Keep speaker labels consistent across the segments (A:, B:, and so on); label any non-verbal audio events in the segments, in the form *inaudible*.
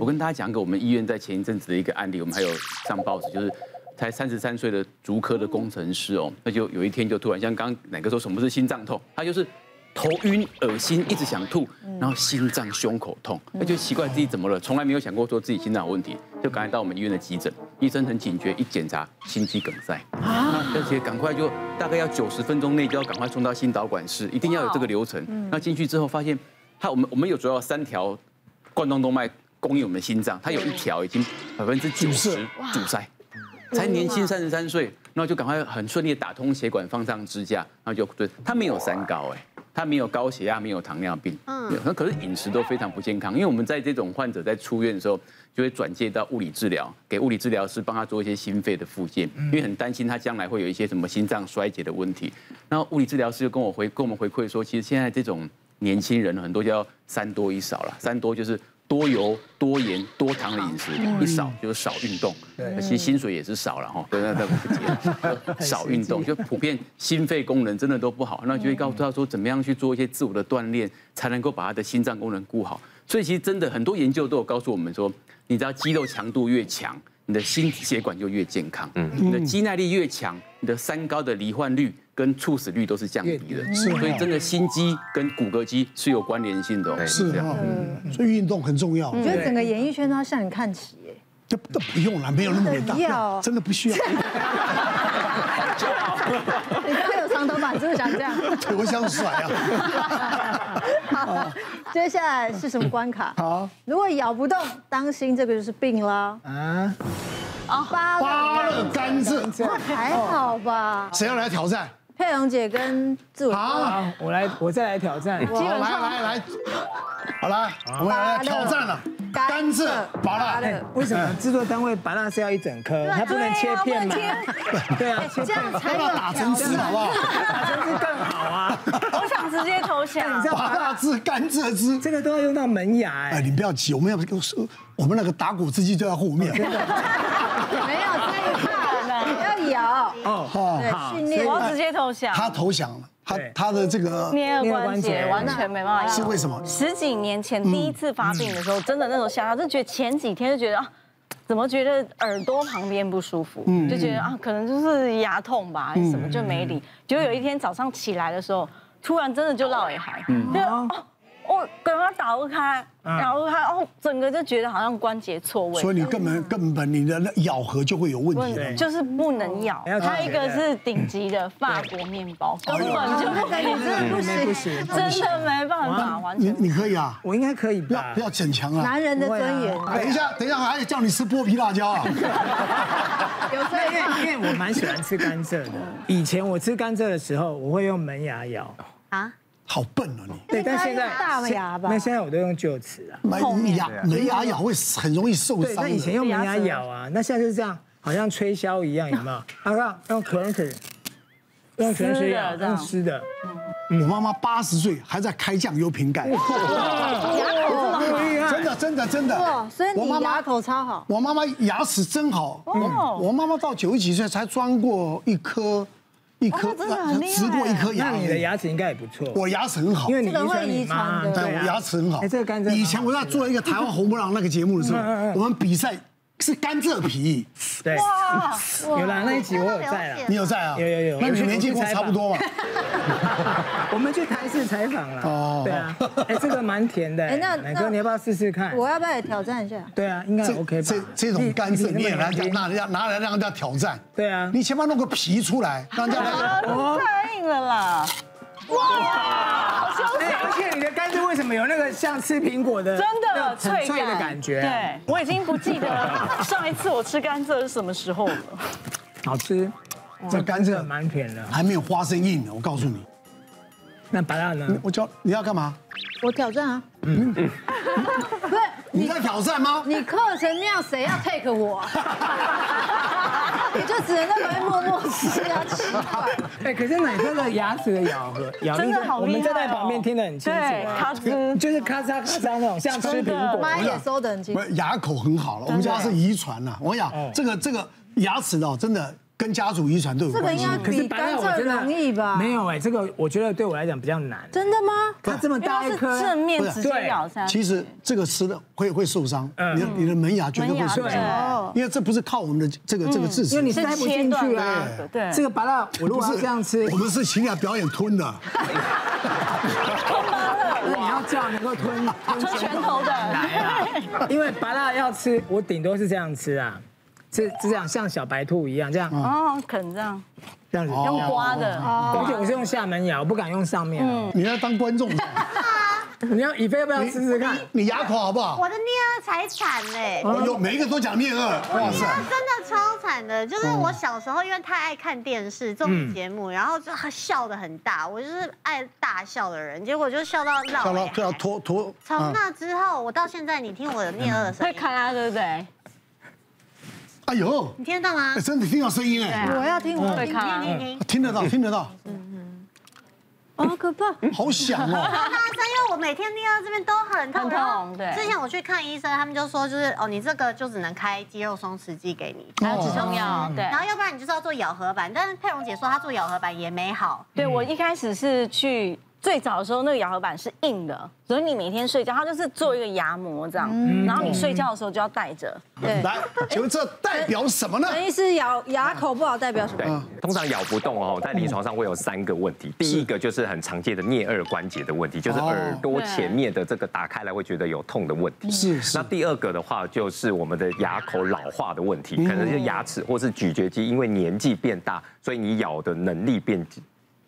A: 我跟大家讲个我们医院在前一阵子的一个案例，我们还有上报纸，就是才三十三岁的足科的工程师哦，那就有一天就突然像刚哪个说什么是心脏痛，他就是头晕、恶心，一直想吐，然后心脏、胸口痛，他就奇怪自己怎么了，从来没有想过说自己心脏有问题，就赶快到我们医院的急诊，医生很警觉，一检查心肌梗塞，那而且赶快就大概要九十分钟内就要赶快送到心导管室，一定要有这个流程。那进去之后发现，他我们我们有主要三条冠状动脉供应我们的心脏，它有一条已经百分之九十阻塞，才年轻三十三岁，然后就赶快很顺利地打通血管，放上支架，然后就对，他没有三高哎。他没有高血压，没有糖尿病，嗯，那可是饮食都非常不健康，因为我们在这种患者在出院的时候，就会转介到物理治疗，给物理治疗师帮他做一些心肺的复健，因为很担心他将来会有一些什么心脏衰竭的问题。然后物理治疗师就跟我回跟我们回馈说，其实现在这种年轻人很多叫三多一少了，三多就是多油、多盐、多糖的饮食，一少就是少运动，呃其实薪水也是少了哈，嗯对，那那 *laughs* 不结，少运动就普遍心肺功能真的都不好，那就会告诉他说怎么样去做一些自我的锻炼，才能够把他的心脏功能顾好。所以其实真的很多研究都有告诉我们说，你只要肌肉强度越强，你的心血管就越健康，你的肌耐力越强，你的三高的罹患率跟猝死率都嗯是啊降低的，所以真的心肌跟骨骼肌是有关联性的哦，
B: 是
A: 这样
B: 哈，
C: 嗯
B: 嗯所以运动很重要。
D: 嗯
C: 我觉得整个演艺圈都要向你看齐耶。
B: 这这不用了，没有那么伟
C: 真的要
B: 大，
C: 哦
B: 真的不需要。 *laughs*
C: 你刚刚有长头发，你是不是想这样？
D: *laughs*
B: 对我想甩啊！
C: *laughs* 好，接下来是什么关卡？
B: 好
C: 如果咬不动，当心这个就是病啦。
B: 啊，
C: 八
B: 八了甘蔗，
C: 那还好吧？
B: 谁要来挑战？
C: 佩蓉姐跟志伟哥，
B: 啊，
D: 好，我来，我再来挑战。
B: 好来来来，好来，我们来挑战了。甘蔗拔了，
D: 为什么制作单位拔蜡是要一整颗，它不能切
C: 哦
D: 片嘛？啊 *laughs* 对啊，切
C: 哎这
D: 片
C: 样才
B: 要不
C: 有
B: 要打成汁好不
C: *laughs*
B: 好？
D: 拔针是更好啊。
E: 我想直接投降。
D: *laughs*
B: 拔蜡汁、甘蔗
C: *laughs*
B: 汁。
D: 这个都要用到门牙
B: 哎，
D: 哎。
B: 你不要急，我们要不是我们那个打果汁机就在后面。
C: 没有这一趴，要咬，
B: 哦，
C: 对，训练。
E: 我要直接投降。 *laughs*
B: 他投降了，他
D: 对
B: 他的这个
E: 颞颌关节完全没办
C: 啊
E: 法
B: 是
E: 用。
B: 为什么？
E: 十几年前第一次发病的时候，真的那时候吓到，就觉得前几天就觉得啊，怎么觉得耳朵旁边不舒服，
B: 嗯
E: 就觉得啊，可能就是牙痛吧，还是什么就没
B: 嗯
E: 理。结果有一天早上起来的时候，突然真的就落耳海，
B: 嗯
E: 就
B: 啊
E: 哦，我赶快打开，然后它哦，整个就觉得好像关节错位
B: 所。以你根本根本你的那咬合就会有问题了。
E: 就是不能咬
B: 哎
D: 不要，吃
E: 还有一个是顶级的法国面包，根本
B: 哦
E: 就不可以
C: 真的不
D: 不
C: 行，
D: 行，
E: 真的没办法，完
B: 你
E: 全
B: 你可以啊，
D: 我应该可以
B: 不要
D: 吧
B: 不？要逞强啊。
C: 男人的尊严，
B: 等一下，等一下，还得叫你吃剥皮辣椒啊！
D: 啊
C: 有这
D: 因
C: 样
D: 为因为我蛮喜欢吃甘蔗的。以前我吃甘蔗的时候，我会用门牙咬，
C: 啊？
B: 好笨哦你，
D: 对，但现在
C: 应该用大牙吧
D: 那现在我都用臼齿啊。
B: 门牙门牙咬会很容易受
D: 对，
B: 伤
D: 那以前
B: 的。
D: 用门牙咬啊，那现在是这样，好像吹箫一样，有没有？啊，让用口水，用口水咬，
E: 湿的这
D: 用
E: 样
D: 湿的。
B: 我妈妈八十岁还在开酱油瓶盖，真的真的真的
C: 哇，。所以
B: 我
C: 你
B: 妈
C: 牙
B: 妈
C: 口超好，
B: 我妈妈牙齿真好，我我妈妈到九十几岁才装过一颗一颗，
E: 真的很厉害
B: 植过一颗牙
D: 那
B: 而已。
D: 你的牙齿应该也不错，
B: 我牙齿很好，
D: 因为你遗
C: 这个
D: 传
C: 会
D: 你
C: 遗传
D: 妈，
C: 的
B: 对，我牙齿很好。
D: 啊哎这个甘蔗蛮好吃的
B: 以前我在做一个台湾红不让那个节目的时候
D: 嗯嗯嗯，
B: 我们比赛是甘蔗皮，
D: 对，有啦，那一集我有在啦。
B: 你有在啊？
D: 有有有
B: 那
D: 我
B: 你
D: 去
B: 年纪跟我差不多嘛？
D: 我们去台视采访啦。
B: 哦
D: 哦，对
B: *laughs*
D: 啊，哎，这个蛮甜的。
C: 哎那
D: 奶
C: 那
D: 哥，你要不要试试看？
C: 我要不要也挑战一下？
D: 对啊，应该
B: 这
D: *laughs* OK 吧？
B: 这这种甘蔗
D: 比
B: 你也拿
D: 比那个
B: 拿人家拿来让人家挑战，
D: 对啊，
B: 你起码弄个皮
D: *laughs*
B: 出来，让人家来。
E: 啊太硬了啦！
D: 哎而且你的甘蔗为什么有那个像吃苹果的
E: 真
D: 那
E: 的啊
D: 种很脆的感觉？，啊
E: 对，我已经不记 *laughs* 得上一次我吃甘蔗是什么时候了。
D: 好吃，
B: 这甘
D: 这
B: 蔗
D: 蛮甜的。
B: 还没有花生硬呢，我告诉你。
D: 那白蜡呢？
B: 我教你要干嘛？
C: 我挑战啊！不是
B: 你
C: 你，
B: 在挑战吗？
C: 你扣成那样，谁要 take 我啊？你就只能在旁边默默吃啊，奇怪。
D: 哎，可是奶哥的牙齿的咬合，咬力
E: 真的好
D: 我
E: 厉害
D: 们
E: 哦
D: 站在旁边听得很清楚
E: 对
D: 啊，
E: 咔吱
D: 就是咔嚓咔嚓那种，像吃
E: 真的
D: 苹果。
C: 妈也收得很紧
B: 不，是牙口很好了，我们家是遗传呐。我跟你讲，这个这个牙齿哦，真的跟家族遗传都有
C: 这个
B: 关
C: 应
B: 系。
C: 该
D: 可是
C: 比
D: 白菜
C: 甘
D: 我
C: 蔗
D: 真的
C: 容易吧？
D: 没，有哎，这个我觉得对我来讲比较难。
C: 真的吗？
D: 它这么
E: 因为它
D: 大一
E: 是
D: 颗，
E: 正面
B: 不是
E: 直接
D: 对
E: 咬下去，
B: 其实这个吃的会会受伤，
D: 嗯
B: 你的你的门牙绝对会受
E: 门
D: 牙
C: 哦
B: 伤，因为这不是靠我们的这个这个智齿
D: 嗯因为，你
E: 是
D: 塞不
E: 切
D: 进
E: 断
D: 去
E: 的
D: 啊
E: 那个。对
D: 这个白辣我如
B: 不
D: 果要
B: 是
D: 这样吃
B: 我，们是请你来表演吞的，
D: 那你要叫能够吞
E: 吞拳头的，
D: 因为白辣要吃，我顶多是这样吃啊，是是这样，像小白兔一样这样
E: 哦，啃这样，
D: 这样子。
E: 用刮的，
D: 而且我是用厦门咬，我不敢用上面啊。
B: 你要当观众，
C: 嗯
D: 你要以飞要不要试试看？
B: 你牙口好不好？
F: 我的颞儿才惨哎、
B: 哦哟，每一个都讲颞颌，哇塞！
F: 真的超惨的，就是我小时候因为太爱看电视综艺节目，然后就笑得很大，我就是爱大笑的人，结果就笑到闹。
B: 要不要要。脱脱？
F: 从
B: 啊
F: 那之后，我到现在，你听我的颞颌的声
E: 会
F: 音，
E: 咔啦，对不对？
B: 哎呦，
F: 你听得到吗
B: 哎？真的听到声音哎，
C: 我要听，我要
E: 会
C: 听，
E: 咔啦，
F: 听听，
B: 听得到，听得到，
C: 好可怕！
B: 好响哦！
F: 很 *laughs* 大声，因为啊我每天颞颌这边都很痛。
E: 很痛
F: 然后
E: 对
F: 之前我去看医生，他们就说就是哦，你这个就只能开肌肉松弛剂给你，
E: 还有止痛药，对
F: 然。后要不然你就是要做咬合板，但是佩蓉姐说她做咬合板也没好，
E: 对我一开始是去最早的时候，那个咬合板是硬的，所以你每天睡觉，它就是做一个牙膜这样，然后你睡觉的时候就要戴着。
C: 对，哎
B: 来，请问这代表什么呢？
C: 陈医师咬牙口不好代表什么？
G: 对，通常咬不动哦，在临床上会有三个问题。第一个就是很常见的颞颌关节的问题，就是
B: 哦
G: 耳朵前面的这个打开来会觉得有痛的问题。
B: 是是
G: 那第二个的话，就是我们的牙口老化的问题，可能是牙齿或是咀嚼肌，因为年纪变大，所以你咬的能力变。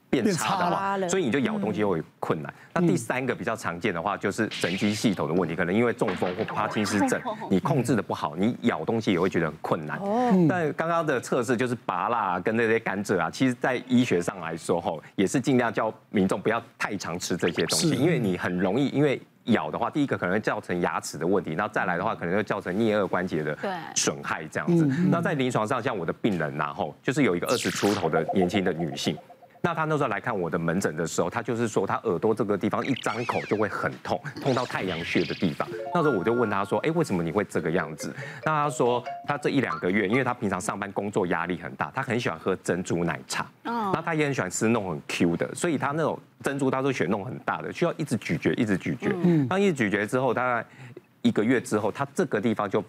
G: 变差
B: 变
G: 的
C: 差
G: 话
C: 了，
G: 所以你就咬东西会有困难。那第三个比较常见的话，就是神经系统的问题，可能因为中风或帕金斯症，你控制的不好，你咬东西也会觉得很困难。但刚刚的测试就是拔蜡、啊、跟那些甘蔗啊，其实在医学上来说吼，也是尽量叫民众不要太常吃这些东西，
B: 是
G: 因为你很容易因为。咬的话，第一个可能会造成牙齿的问题，那再来的话，可能会造成颞颌关节的
E: 对
G: 损害这样子。那在临床上，像我的病人、然后就是有一个二十出头的年轻的女性，那她那时候来看我的门诊的时候，她就是说她耳朵这个地方一张口就会很痛，痛到太阳穴的地方。那时候我就问她说，哎、为什么你会这个样子？那她说她这一两个月，因为她平常上班工作压力很大，她很喜欢喝珍珠奶茶，那她也很喜欢吃那种很 Q 的，所以她那种珍珠她都选那种很大的，需要一直咀嚼，一直咀嚼。嗯，当一直咀嚼之后，大概一个月之后，她这个地方就。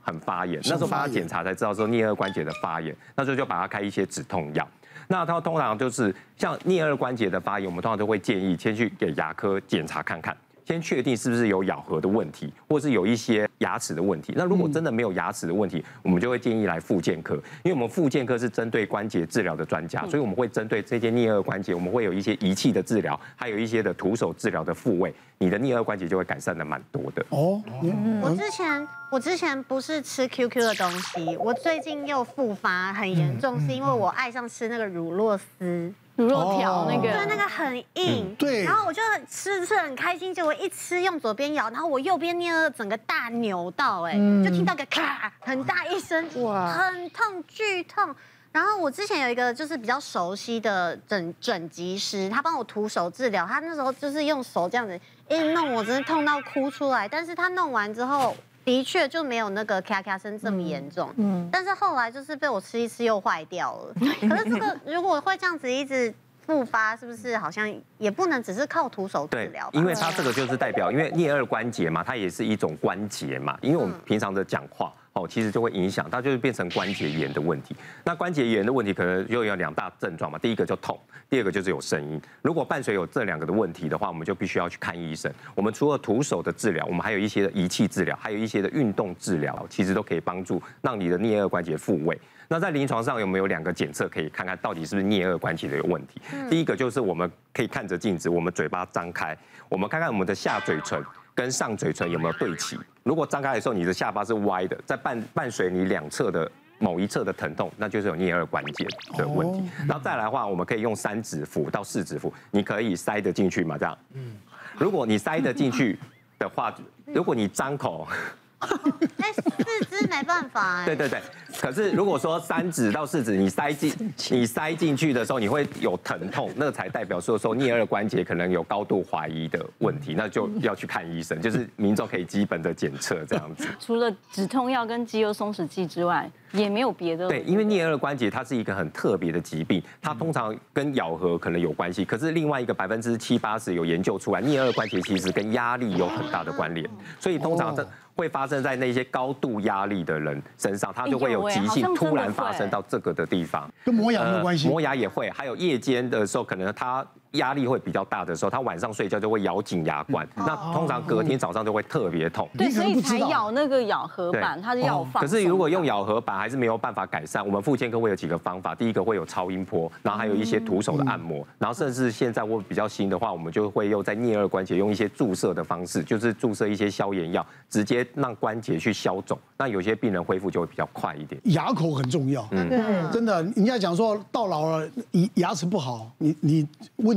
G: 很发炎，那时候帮她检查才知道说颞颌关节的发炎，那时候就把她开一些止痛药。那它通常就是像颞颌关节的发炎，我们通常都会建议先去给牙科检查看看，先确定是不是有咬合的问题，或是有一些牙齿的问题。那如果真的没有牙齿的问题，我们就会建议来复健科，因为我们复健科是针对关节治疗的专家，所以我们会针对这些颞颌关节，我们会有一些仪器的治疗，还有一些的徒手治疗的复位，你的颞颌关节就会改善的蛮多的。
B: 哦，你
F: 我之前我之前不是吃 QQ 的东西，我最近又复发很严重，是因为我爱上吃那个乳酪丝，
E: 乳肉条
C: 哦
E: 那
F: 就是那
E: 个，
F: 个很硬，
B: 对
F: 嗯然后我就很吃吃得很开心，结果一吃用左边咬，然后我右边颞颌整个大扭到，哎，就听到个咔很大一声，哇，很痛，剧痛。然后我之前有一个就是比较熟悉的整整脊师，他帮我徒手治疗，他那时候就是用手这样子一弄，我真的痛到哭出来。但是他弄完之后，的确就没有那个咔咔声这么严重。嗯，但是后来就是被我吃一吃又坏掉 *laughs* 了。可是这个如果会这样子一直复发，是不是好像也不能只是靠徒手治
G: 对
F: 疗吧？，啊
G: 因为它这个就是代表，因为颞颌关节嘛，它也是一种关节嘛，因为我们
F: 嗯
G: 平常的讲话。哦，其实就会影响，它就会变成关节炎的问题。那关节炎的问题可能又有两大症状嘛，第一个就痛，第二个就是有声音。如果伴随有这两个的问题的话，我们就必须要去看医生。我们除了徒手的治疗，我们还有一些的仪器治疗，还有一些的运动治疗，其实都可以帮助让你的颞颌关节复位。那在临床上有没有两个检测可以看看到底是不是颞颌关节的有问题？第一个就是我们可以看着镜子，我们嘴巴张开，我们看看我们的下嘴唇跟上嘴唇有没有对齐。如果张开的时候你的下巴是歪的，在伴伴随你两侧的。某一侧的疼痛，那就是有颞颌关节的问题。然后再来的话，我们可以用三指腹到四指腹，你可以塞得进去嘛？这样，如果你塞得进去的话，如果你张口，
F: 哎四肢没办办法哎
G: 对对对，可是如果说三指到四指，你塞进你塞进去的时候，你会有疼痛，那才代表说说颞颌关节可能有高度怀疑的问题，那就要去看
E: *laughs*
G: 医生，就是民众可以基本的检测这样子。
E: 除了止痛药跟肌肉松弛剂之外，也没有别的。
G: 对，因为颞颌关节它是一个很特别的疾病，它通常跟咬合可能有关系，可是另外一个百分之七八十有研究出来，颞颌关节其实跟压力有很大的关联，所以通常
E: 哦
G: 这会发生在那些高度压力的人身上，它就会
E: 哎呦
G: 有
E: 喂
G: 急性
E: 好像真的
G: 突然发生
E: 会
G: 到这个的地方。
B: 跟磨牙有没有关系
G: 呃？磨牙也会，还有夜间的时候，可能他压力会比较大的时候，他晚上睡觉就会咬紧牙关，那通常隔天早上就会特别痛。
E: 对，
B: 你可
E: 所
B: 能
E: 以
B: 不知道
E: 才咬那个咬合板，
G: 对哦
E: 它是要放松的。啊
G: 可是如果用咬合板还是没有办法改善，我们复健科会有几个方法，第一个会有超音波，然后还有一些徒手的按摩，然后甚至现在我比较新的话，我们就会用在颞颌关节用一些注射的方式，就是注射一些消炎药，直接让关节去消肿，那有些病人恢复就会比较快一点。
B: 牙口很重要，真的，人家讲说到老了，你牙齿不好，你你问